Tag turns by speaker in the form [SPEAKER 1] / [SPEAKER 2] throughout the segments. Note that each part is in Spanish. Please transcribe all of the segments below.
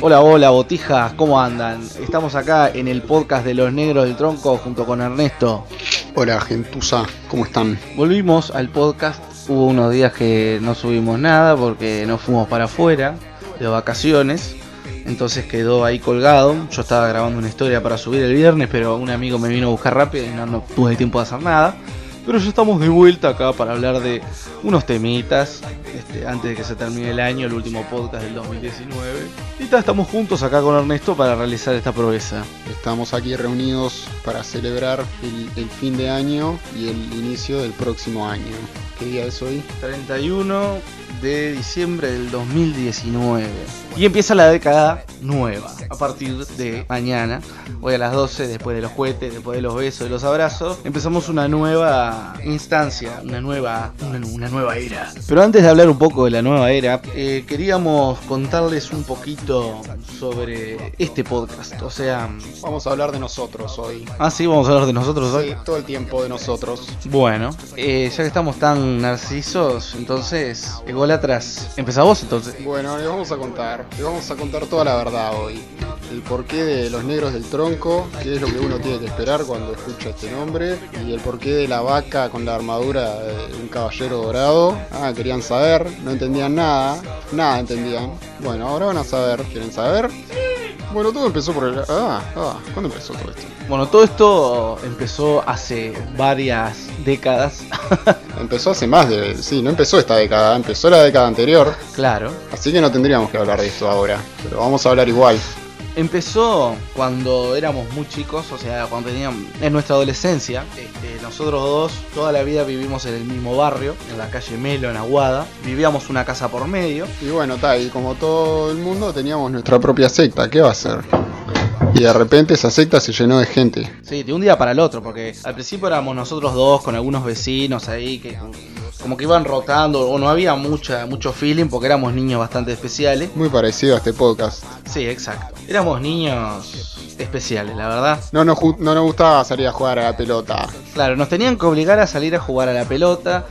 [SPEAKER 1] Hola, hola, botijas, ¿cómo andan? Estamos acá en el podcast de los negros del tronco junto con Ernesto.
[SPEAKER 2] Hola, gentuza, ¿cómo están?
[SPEAKER 1] Volvimos al podcast. Hubo unos días que no subimos nada porque nos fuimos para afuera de vacaciones. Entonces quedó ahí colgado. Yo estaba grabando una historia para subir el viernes, pero un amigo me vino a buscar rápido y no, no tuve tiempo de hacer nada. Pero ya estamos de vuelta acá para hablar de unos temitas este, antes de que se termine el año, el último podcast del 2019. Y ta, estamos juntos acá con Ernesto para realizar esta proeza.
[SPEAKER 2] Estamos aquí reunidos para celebrar el, el fin de año y el inicio del próximo año. ¿Qué día es hoy?
[SPEAKER 1] 31 de diciembre del 2019. Y empieza la década nueva. A partir de mañana, hoy a las 12, después de los cohetes, después de los besos, de los abrazos, empezamos una nueva instancia, una nueva, una, una nueva era. Pero antes de hablar un poco de la nueva era, eh, queríamos contarles un poquito sobre este podcast. O sea,
[SPEAKER 2] Vamos a hablar de nosotros hoy.
[SPEAKER 1] ah, sí, vamos a hablar de nosotros hoy.
[SPEAKER 2] Sí, todo el tiempo de nosotros.
[SPEAKER 1] Bueno, eh, ya que estamos tan narcisos, entonces, eh, atrás Empezá vos entonces.
[SPEAKER 2] Bueno, les vamos a contar, les vamos a contar toda la verdad hoy. El porqué de los negros del tronco, qué es lo que uno tiene que esperar cuando escucha este nombre, y el porqué de la vaca con la armadura de un caballero dorado. Ah, querían saber, no entendían nada, nada entendían. Bueno, ahora van a saber, ¿quieren saber? Bueno, todo empezó por el... Ah, ah, ¿cuándo empezó todo esto?
[SPEAKER 1] Bueno, todo esto empezó hace varias décadas,
[SPEAKER 2] Empezó hace más de... Sí, no empezó esta década, empezó la década anterior,
[SPEAKER 1] claro.
[SPEAKER 2] así que no tendríamos que hablar de esto ahora, pero vamos a hablar igual.
[SPEAKER 1] Empezó cuando éramos muy chicos, o sea, cuando teníamos en nuestra adolescencia. Este, nosotros dos toda la vida vivimos en el mismo barrio, en la calle Melo, en Aguada. Vivíamos una casa por medio.
[SPEAKER 2] Y bueno, ta, y como todo el mundo teníamos nuestra propia secta, ¿qué va a ser? Y de repente esa secta se llenó de gente.
[SPEAKER 1] Sí, de un día para el otro, porque al principio éramos nosotros dos con algunos vecinos ahí que como que iban rotando o no había mucha mucho feeling porque éramos niños bastante especiales.
[SPEAKER 2] Muy parecido a este podcast.
[SPEAKER 1] Sí, exacto. Éramos niños especiales, la verdad.
[SPEAKER 2] No nos, ju- no nos gustaba salir a jugar a la pelota.
[SPEAKER 1] Claro, nos tenían que obligar a salir a jugar a la pelota.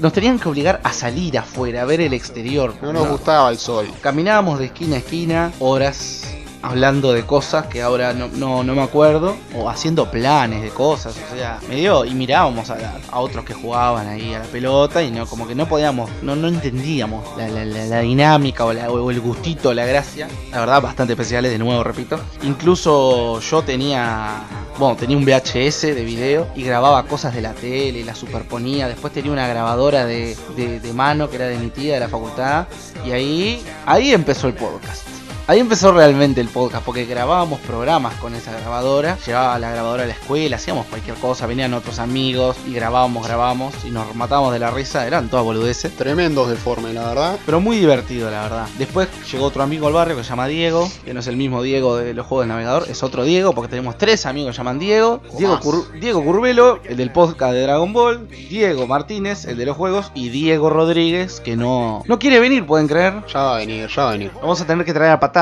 [SPEAKER 1] Nos tenían que obligar a salir afuera, a ver el exterior.
[SPEAKER 2] No nos gustaba el sol.
[SPEAKER 1] Caminábamos de esquina a esquina horas hablando de cosas que ahora no, no, no me acuerdo. O haciendo planes de cosas, o sea, medio. Y mirábamos a, a otros que jugaban ahí a la pelota y no como que no podíamos, no, no entendíamos la, la- la- la dinámica o, la- o el gustito, la gracia. La verdad, bastante especiales, de nuevo, repito. Incluso yo tenía bueno, tenía un VHS de video y grababa cosas de la tele, las superponía. Después tenía una grabadora de, de- de mano que era de mi tía de la facultad. Y ahí, ahí empezó el podcast. Ahí empezó realmente el podcast, porque grabábamos programas con esa grabadora. Llevaba la grabadora a la escuela, hacíamos cualquier cosa, venían otros amigos y grabábamos, grabábamos y nos matábamos de la risa. Eran todas boludeces.
[SPEAKER 2] Tremendos deformes, la verdad.
[SPEAKER 1] Pero muy divertido, la verdad. Después llegó otro amigo al barrio que se llama Diego, que no es el mismo Diego de los juegos de navegador, es otro Diego, porque tenemos tres amigos que se llaman Diego. Diego,
[SPEAKER 2] más.
[SPEAKER 1] Cur- Diego Curvelo, el del podcast de Dragon Ball, Diego Martínez, el de los juegos, y Diego Rodríguez, que no, no quiere venir, pueden creer.
[SPEAKER 2] Ya va a venir, ya va a venir.
[SPEAKER 1] Lo Vamos a tener que traer a patadas.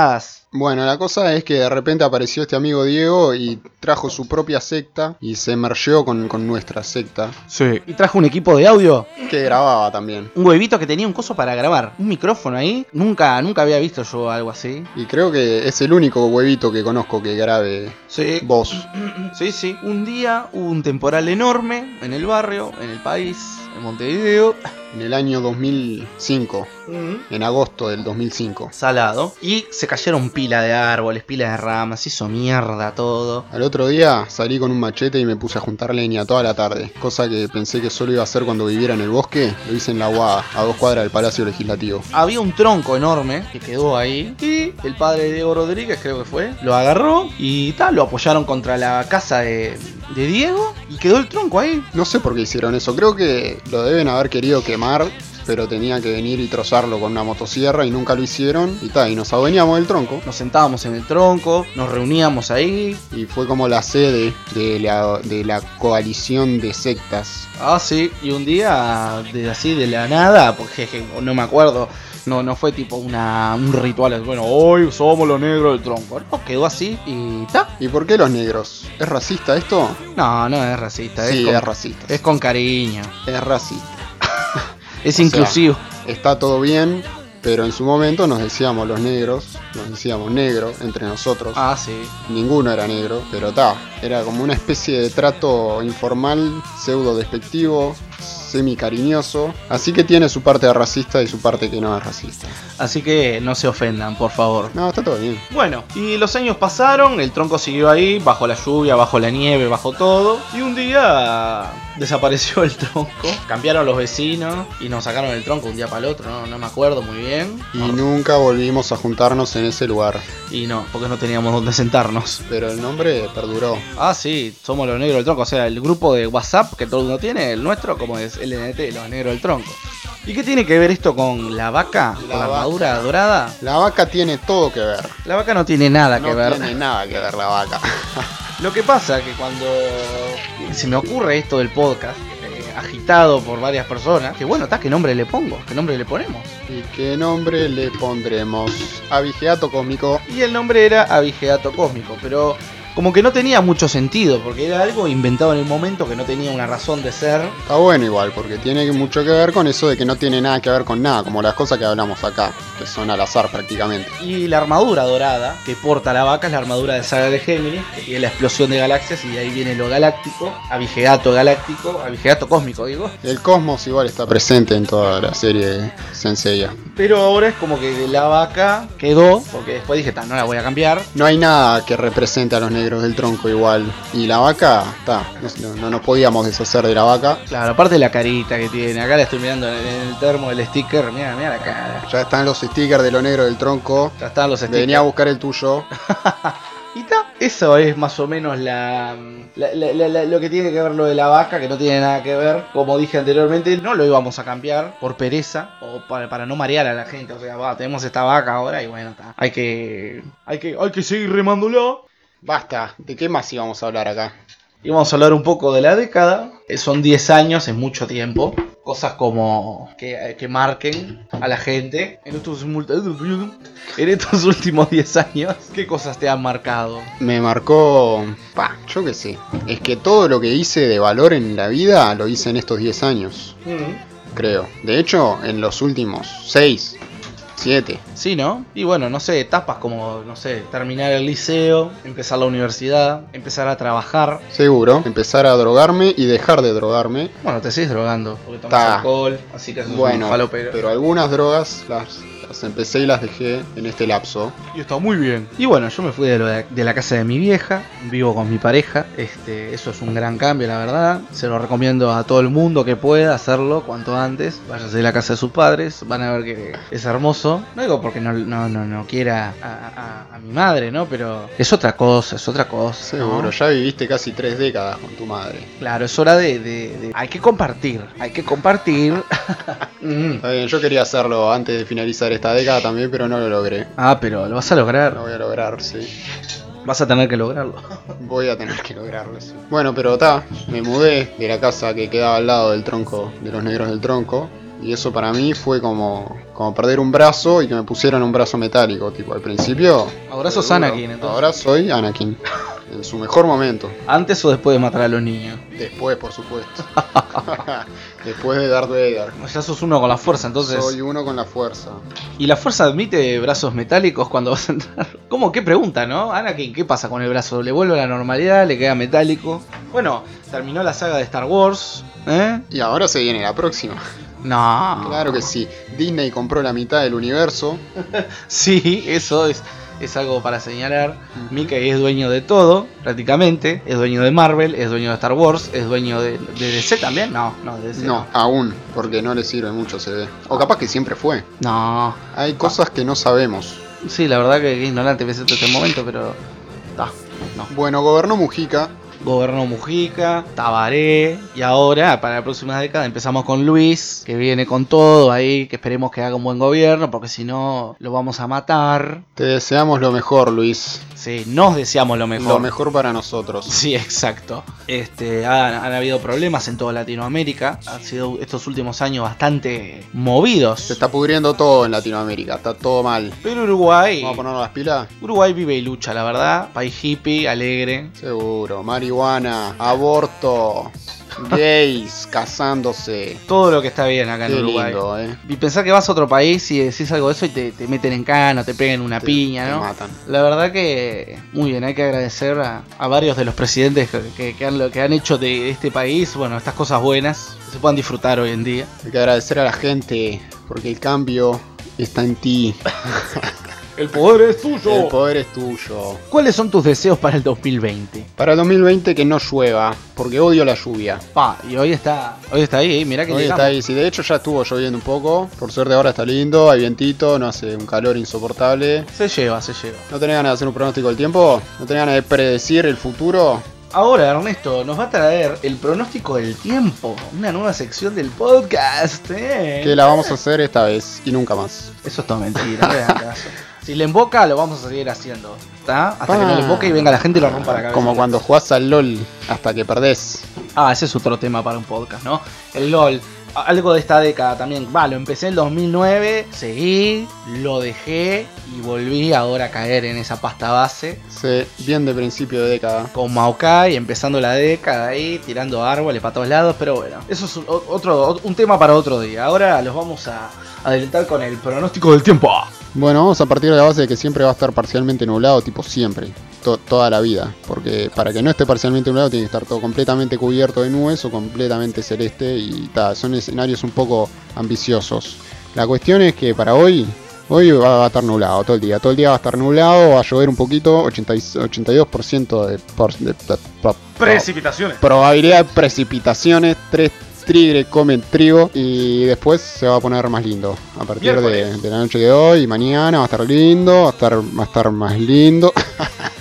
[SPEAKER 2] Bueno, la cosa es que de repente apareció este amigo Diego y trajo su propia secta y se mergeó con, con nuestra secta,
[SPEAKER 1] Sí. Y trajo un equipo de audio,
[SPEAKER 2] que grababa también.
[SPEAKER 1] un huevito que tenía un coso para grabar, un micrófono ahí. Nunca, nunca había visto yo algo así.
[SPEAKER 2] Y creo que es el único huevito que conozco que grabe
[SPEAKER 1] Sí.
[SPEAKER 2] voz.
[SPEAKER 1] Sí, sí. Un día hubo un temporal enorme en el barrio, en el país, en Montevideo.
[SPEAKER 2] En el año 2005, en agosto del 2005.
[SPEAKER 1] Salado. Y se cayeron pila de árboles, pila de ramas, se hizo mierda todo.
[SPEAKER 2] Al otro día salí con un machete y me puse a juntar leña toda la tarde, cosa que pensé que solo iba a hacer cuando viviera en el bosque, lo hice en la UAA, a dos cuadras del Palacio Legislativo.
[SPEAKER 1] Había un tronco enorme que quedó ahí. Y el padre de Diego Rodríguez, creo que fue, lo agarró y tal, lo apoyaron contra la casa de, de Diego. Y quedó el tronco ahí.
[SPEAKER 2] No sé por qué hicieron eso, creo que lo deben haber querido quemar, pero tenía que venir y trozarlo con una motosierra y nunca lo hicieron, y ta, y nos adueñamos del tronco.
[SPEAKER 1] Nos sentábamos en el tronco, nos reuníamos ahí.
[SPEAKER 2] Y fue como la sede de la, de la coalición de sectas.
[SPEAKER 1] Ah, sí, y un día, de así de la nada, porque je, no me acuerdo, no, no fue tipo una, un ritual, bueno, hoy somos los negros del tronco. No, quedó así y ta.
[SPEAKER 2] ¿Y por qué los negros? ¿Es racista esto?
[SPEAKER 1] No, no es racista,
[SPEAKER 2] Sí,
[SPEAKER 1] es, con,
[SPEAKER 2] es racista.
[SPEAKER 1] es con cariño,
[SPEAKER 2] Es racista.
[SPEAKER 1] es
[SPEAKER 2] O sea,
[SPEAKER 1] inclusivo.
[SPEAKER 2] Está todo bien, Pero en su momento nos decíamos los negros, nos decíamos negro entre nosotros.
[SPEAKER 1] Ah, sí.
[SPEAKER 2] Ninguno era negro, pero ta, era como una especie de trato informal, pseudo despectivo, semi cariñoso. Así que tiene su parte racista y su parte que no es racista.
[SPEAKER 1] Así que no se ofendan, por favor.
[SPEAKER 2] No, está todo bien.
[SPEAKER 1] Bueno, y los años pasaron, el tronco siguió ahí, bajo la lluvia, bajo la nieve, bajo todo. Y un día desapareció el tronco. Cambiaron los vecinos y nos sacaron el tronco un día para el otro, no, no me acuerdo muy bien.
[SPEAKER 2] Y nunca volvimos a juntarnos en ese lugar.
[SPEAKER 1] Y no, porque no teníamos dónde sentarnos.
[SPEAKER 2] Pero el nombre perduró.
[SPEAKER 1] Ah, sí, somos los negros del tronco, o sea, el grupo de WhatsApp que todo el mundo tiene, el nuestro, como es LNT, los negros del tronco. ¿Y qué tiene que ver esto con la vaca? ¿Con
[SPEAKER 2] La
[SPEAKER 1] la
[SPEAKER 2] vaca.
[SPEAKER 1] armadura dorada?
[SPEAKER 2] La vaca tiene todo que ver.
[SPEAKER 1] La vaca no tiene nada que
[SPEAKER 2] no
[SPEAKER 1] ver.
[SPEAKER 2] tiene nada que ver la vaca.
[SPEAKER 1] Lo que pasa que cuando se me ocurre esto del podcast, eh, agitado por varias personas, que bueno, está, ¿qué nombre le pongo? ¿Qué nombre le ponemos?
[SPEAKER 2] ¿Y qué nombre le pondremos? Abigeato cósmico.
[SPEAKER 1] Y el nombre era Abigeato Cósmico, pero como que no tenía mucho sentido, porque era algo inventado en el momento que no tenía una razón de ser.
[SPEAKER 2] Está bueno igual, porque tiene mucho que ver con eso de que no tiene nada que ver con nada, como las cosas que hablamos acá, que son al azar prácticamente.
[SPEAKER 1] Y la armadura dorada que porta la vaca es la armadura de Saga de Géminis, que tiene la explosión de galaxias y de ahí viene lo galáctico, Abigeato Galáctico, Abigeato Cósmico, digo.
[SPEAKER 2] El cosmos igual está presente en toda la serie Senseiya.
[SPEAKER 1] Pero ahora es como que la vaca quedó, porque después dije, "Ta, no la voy a cambiar,
[SPEAKER 2] No hay nada que represente a los negros del tronco igual. Y la vaca, está, no, no nos podíamos deshacer de la vaca.
[SPEAKER 1] Claro, aparte de la carita que tiene. Acá la estoy mirando en en el termo del sticker. Mira, mira la cara.
[SPEAKER 2] Ya están los stickers de los negros del tronco.
[SPEAKER 1] Ya están los
[SPEAKER 2] Venía a
[SPEAKER 1] stickers.
[SPEAKER 2] buscar el tuyo.
[SPEAKER 1] Y ta, eso es más o menos la, la- la- la- la- lo que tiene que ver lo de la vaca, que no tiene nada que ver. Como dije anteriormente, no lo íbamos a cambiar por pereza o para, para no marear a la gente. O sea, va, tenemos esta vaca ahora y bueno, ta. Hay que, hay que, hay que seguir remándola.
[SPEAKER 2] Basta, ¿de qué más íbamos a hablar acá?
[SPEAKER 1] Y vamos a hablar un poco de la década. Eh, Son 10 años, es mucho tiempo. Cosas como que, eh, que marquen a la gente en estos, mult- en estos últimos 10 años. ¿Qué cosas te han marcado?
[SPEAKER 2] Me marcó. Pa, yo qué sé. Es que todo lo que hice de valor en la vida lo hice en estos 10 años, creo. De hecho, en los últimos 6, 7.
[SPEAKER 1] Sí, ¿no? Y bueno, no sé, etapas como, no sé, terminar el liceo, empezar la universidad, empezar a trabajar.
[SPEAKER 2] Seguro, empezar a drogarme y dejar de drogarme.
[SPEAKER 1] Bueno, te sigues drogando, porque tomas
[SPEAKER 2] Ta.
[SPEAKER 1] alcohol, así que es
[SPEAKER 2] Bueno,
[SPEAKER 1] un falopero.
[SPEAKER 2] pero algunas drogas las, las empecé y las dejé en este lapso.
[SPEAKER 1] Y está muy bien. Y bueno, yo me fui de, lo de- de la casa de mi vieja, vivo con mi pareja. Este, eso es un gran cambio, la verdad. Se lo recomiendo a todo el mundo que pueda hacerlo cuanto antes. Váyanse de la casa de sus padres, van a ver que es hermoso. No digo porque no, no, no, no quiera a, a- a mi madre, ¿no? Pero es otra cosa, es otra cosa.
[SPEAKER 2] Seguro,
[SPEAKER 1] ¿no?
[SPEAKER 2] ya viviste casi tres décadas con tu madre.
[SPEAKER 1] Claro, es hora de, de- de- Hay que compartir, hay que compartir. Mm.
[SPEAKER 2] Está bien, yo quería hacerlo antes de finalizar esta década también, pero no lo logré.
[SPEAKER 1] Ah, pero lo vas a
[SPEAKER 2] Lo
[SPEAKER 1] lograr.
[SPEAKER 2] voy a lograr, sí.
[SPEAKER 1] Vas a tener que lograrlo.
[SPEAKER 2] Voy a tener que lograrlo, sí. Bueno, pero está, me mudé de la casa que quedaba al lado del tronco, de los negros del tronco. Y eso para mí fue como, como perder un brazo y que me pusieran un brazo metálico. Tipo, al principio.
[SPEAKER 1] Ahora
[SPEAKER 2] fue
[SPEAKER 1] sos
[SPEAKER 2] duro.
[SPEAKER 1] Anakin, entonces.
[SPEAKER 2] Ahora soy Anakin. En su mejor momento.
[SPEAKER 1] Antes o después de matar a los niños.
[SPEAKER 2] Después, por supuesto. Después de Darth Vader.
[SPEAKER 1] Ya sos uno con la fuerza, entonces.
[SPEAKER 2] Soy uno con la fuerza.
[SPEAKER 1] ¿Y la fuerza admite brazos metálicos cuando vas a entrar? ¿Cómo? ¿Qué pregunta, no? Anakin, ¿qué pasa con el brazo? ¿Le vuelve a la normalidad? ¿Le queda metálico? Bueno, terminó la saga de Star Wars, ¿eh?
[SPEAKER 2] Y ahora se viene la próxima.
[SPEAKER 1] No.
[SPEAKER 2] Claro que sí. Disney compró la mitad del universo.
[SPEAKER 1] Sí, eso es, es algo para señalar. Mickey es dueño de todo, prácticamente. Es dueño de Marvel, es dueño de Star Wars, es dueño de, de DC también. No, no, de DC.
[SPEAKER 2] No, aún, porque no le sirve mucho, se ve. O capaz que siempre fue.
[SPEAKER 1] No.
[SPEAKER 2] Hay cosas que no sabemos.
[SPEAKER 1] Sí, la verdad que, que ignorante pensé hasta este momento, pero. ta, no.
[SPEAKER 2] Bueno, gobernó Mujica.
[SPEAKER 1] Gobernó Mujica, Tabaré y ahora para la próxima década empezamos con Luis, que viene con todo ahí, que esperemos que haga un buen gobierno, porque si no lo vamos a matar.
[SPEAKER 2] Te deseamos lo mejor, Luis.
[SPEAKER 1] Sí, nos deseamos lo mejor.
[SPEAKER 2] Lo mejor para nosotros.
[SPEAKER 1] Sí, exacto. Este, han, han habido problemas en toda Latinoamérica. Han sido estos últimos años bastante
[SPEAKER 2] Se
[SPEAKER 1] movidos.
[SPEAKER 2] está pudriendo todo en Latinoamérica, está todo mal.
[SPEAKER 1] Pero Uruguay,
[SPEAKER 2] ¿Vamos a ponernos las pilas?
[SPEAKER 1] Uruguay vive y lucha, la verdad. País hippie, alegre.
[SPEAKER 2] Seguro. Marihuana, aborto, gays casándose.
[SPEAKER 1] Todo lo que está bien acá
[SPEAKER 2] Qué
[SPEAKER 1] en Uruguay.
[SPEAKER 2] lindo, eh.
[SPEAKER 1] Y pensar que vas a otro país y decís algo de eso y te, te meten en cana, te pegan una
[SPEAKER 2] Te-
[SPEAKER 1] piña,
[SPEAKER 2] te
[SPEAKER 1] ¿no?
[SPEAKER 2] matan.
[SPEAKER 1] La verdad que muy bien, hay que agradecer a, a varios de los presidentes que, que- que han, lo- que han hecho de este país, bueno, estas cosas buenas, que se puedan disfrutar hoy en día.
[SPEAKER 2] Hay que agradecer a la gente porque el cambio está en ti.
[SPEAKER 1] El poder es tuyo.
[SPEAKER 2] El poder es tuyo.
[SPEAKER 1] ¿Cuáles son tus deseos para el 2020?
[SPEAKER 2] Para el 2020 que no llueva, porque odio la lluvia.
[SPEAKER 1] Pa, y hoy está, hoy está ahí, ¿eh? mirá que
[SPEAKER 2] Hoy
[SPEAKER 1] llegamos.
[SPEAKER 2] está ahí, sí, de hecho ya estuvo lloviendo un poco. Por suerte ahora está lindo, hay vientito, no hace un calor insoportable.
[SPEAKER 1] Se lleva, se lleva.
[SPEAKER 2] ¿No tenés ganas de hacer un pronóstico del tiempo? ¿No tenés ganas de predecir el futuro?
[SPEAKER 1] Ahora, Ernesto, nos va a traer el pronóstico del tiempo, una nueva sección del podcast. ¿eh?
[SPEAKER 2] Que la vamos a hacer esta vez y nunca más.
[SPEAKER 1] Eso es todo mentira, no le hagan caso. Si le emboca, lo vamos a seguir haciendo. ¿Está? Hasta que no
[SPEAKER 2] Ah.
[SPEAKER 1] le emboque y venga la gente y lo rompa la cabeza.
[SPEAKER 2] Como cuando jugás al LOL hasta que perdés.
[SPEAKER 1] Ah, ese es otro tema para un podcast, ¿no? El LOL. a- Algo de esta década también. Va, lo empecé en 2009, seguí, lo dejé y volví ahora a caer en esa pasta base.
[SPEAKER 2] Sí, bien de principio de década.
[SPEAKER 1] Con Maokai, empezando la década ahí, tirando árboles para todos lados, pero bueno, eso es un, o- otro, o- un tema para otro día. Ahora los vamos a adelantar con el pronóstico del tiempo.
[SPEAKER 2] Bueno, vamos a partir de la base de que siempre va a estar parcialmente nublado, tipo siempre, to- toda la vida. Porque para que no esté parcialmente nublado tiene que estar todo completamente cubierto de nubes o completamente celeste y ta, son escenarios un poco ambiciosos. La cuestión es que para hoy, hoy va va a estar nublado todo el día. Todo el día va a estar nublado, va a llover un poquito, 80 y- 82% de, por- de- de- pro-
[SPEAKER 1] Precipitaciones.
[SPEAKER 2] probabilidad de precipitaciones, 3 tigres comen trigo y después se va a poner más lindo. A partir de,
[SPEAKER 1] Miércoles.
[SPEAKER 2] de la noche de hoy, mañana va a estar lindo, va a estar, va a estar más lindo.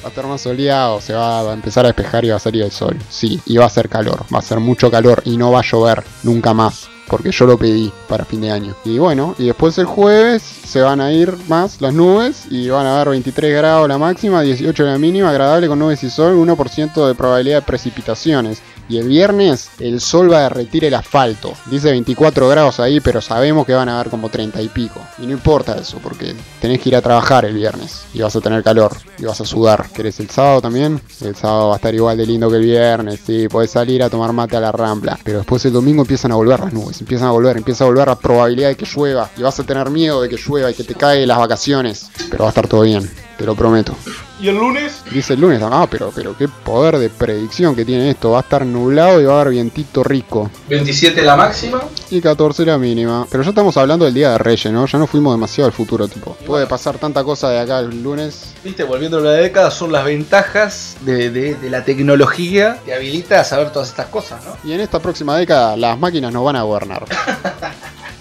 [SPEAKER 2] Va a estar más soleado, se va a empezar a despejar y va a salir el sol. Sí, y va a hacer calor, va a hacer mucho calor y no va a llover nunca más, porque yo lo pedí para fin de año. Y bueno, y después el jueves se van a ir más las nubes y van a dar 23 grados la máxima, 18 la mínima, agradable con nubes y sol, 1% de probabilidad de precipitaciones. Y el viernes el sol va a derretir el asfalto. Dice 24 grados ahí, pero sabemos que van a dar como 30 y pico. Y no importa eso, porque tenés que ir a trabajar el viernes. Y vas a tener calor. Y vas a sudar. ¿Querés el sábado también? El sábado va a estar igual de lindo que el viernes. Sí, podés salir a tomar mate a la rambla. Pero después el domingo empiezan a volver las nubes. Empiezan a volver. Empieza a volver la probabilidad de que llueva. Y vas a tener miedo de que llueva y que te cae las vacaciones. Pero va a estar todo bien. Te lo prometo.
[SPEAKER 1] ¿Y el lunes?
[SPEAKER 2] Dice el lunes, ah, pero, pero qué poder de predicción que tiene esto. Va a estar nublado y va a haber vientito rico.
[SPEAKER 1] 27 la máxima.
[SPEAKER 2] Y 14 la mínima. Pero ya estamos hablando del día de Reyes, ¿no? Ya no fuimos demasiado al futuro, tipo. Puede pasar tanta cosa de acá el lunes.
[SPEAKER 1] Viste, volviendo a la década, son las ventajas de, de- de la tecnología que habilita a saber todas estas cosas, ¿no?
[SPEAKER 2] Y en esta próxima década las máquinas nos van a gobernar.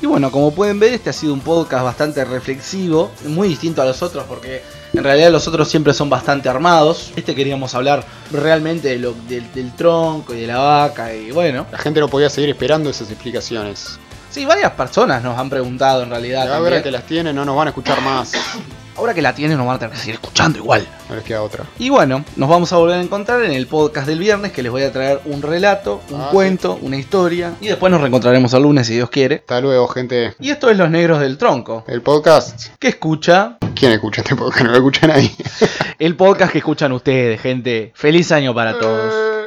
[SPEAKER 1] Y bueno, como pueden ver, este ha sido un podcast bastante reflexivo, muy distinto a los otros porque en realidad los otros siempre son bastante armados. Este queríamos hablar realmente de lo- del- del tronco y de la vaca y bueno.
[SPEAKER 2] La gente no podía seguir esperando esas explicaciones.
[SPEAKER 1] Sí, varias personas nos han preguntado en realidad.
[SPEAKER 2] Ya
[SPEAKER 1] Ah, también.
[SPEAKER 2] verá que las tiene, no nos van a escuchar más.
[SPEAKER 1] Ahora que la tienen, nos van a tener que seguir escuchando igual.
[SPEAKER 2] No les queda otra.
[SPEAKER 1] Y bueno, nos vamos a volver a encontrar en el podcast del viernes que les voy a traer un relato, un
[SPEAKER 2] Ah,
[SPEAKER 1] cuento, una historia. Y después nos reencontraremos el lunes si Dios quiere.
[SPEAKER 2] Hasta luego, gente.
[SPEAKER 1] Y esto es Los Negros del Tronco,
[SPEAKER 2] El podcast.
[SPEAKER 1] que escucha
[SPEAKER 2] ¿Quién escucha este podcast? No lo escucha nadie.
[SPEAKER 1] el podcast que escuchan ustedes, gente. Feliz año para todos.